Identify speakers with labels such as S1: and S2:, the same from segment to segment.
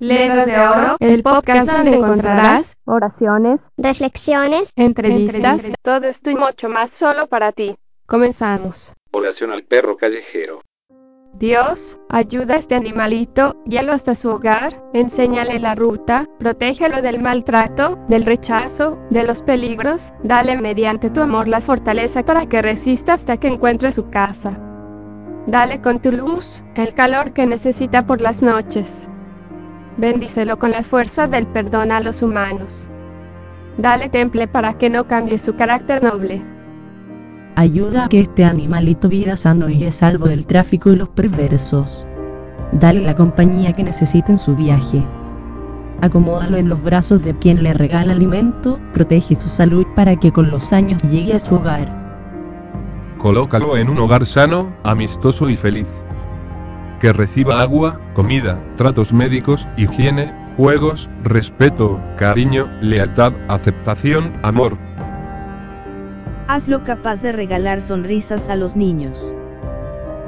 S1: Letras de Oro, el podcast donde encontrarás
S2: oraciones,
S3: reflexiones,
S1: entrevistas.
S2: todo esto y mucho más solo para ti.
S1: Comenzamos.
S4: Oración al perro callejero.
S1: Dios, ayuda a este animalito, guíalo hasta su hogar, enséñale la ruta, protégelo del maltrato, del rechazo, de los peligros, dale mediante tu amor la fortaleza para que resista hasta que encuentre su casa. Dale con tu luz el calor que necesita por las noches. Bendícelo con la fuerza del perdón a los humanos. Dale temple para que no cambie su carácter noble.
S5: Ayuda a que este animalito viva sano y a salvo del tráfico y los perversos. Dale la compañía que necesita en su viaje. Acomódalo en los brazos de quien le regala alimento, protege su salud para que con los años llegue a su hogar.
S6: Colócalo en un hogar sano, amistoso y feliz. Que reciba agua, comida, tratos médicos, higiene, juegos, respeto, cariño, lealtad, aceptación, amor.
S7: Hazlo capaz de regalar sonrisas a los niños.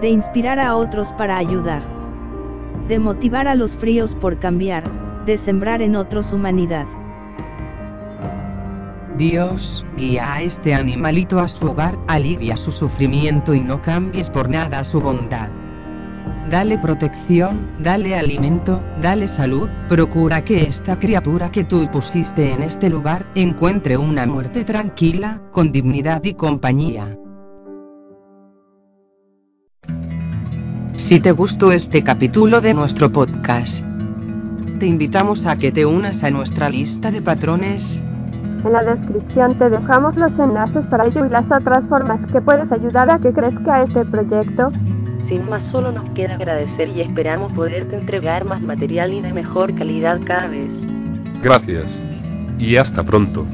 S7: De inspirar a otros para ayudar. De motivar a los fríos por cambiar, de sembrar en otros humanidad.
S8: Dios, guía a este animalito a su hogar, alivia su sufrimiento y no cambies por nada su bondad. Dale protección, dale alimento, dale salud, procura que esta criatura que tú pusiste en este lugar encuentre una muerte tranquila, con dignidad y compañía.
S9: Si te gustó este capítulo de nuestro podcast, te invitamos a que te unas a nuestra lista de patrones.
S2: En la descripción te dejamos los enlaces para ello y las otras formas que puedes ayudar a que crezca este proyecto.
S10: Sin más, solo nos queda agradecer y esperamos poderte entregar más material y de mejor calidad cada vez.
S6: Gracias. Y hasta pronto.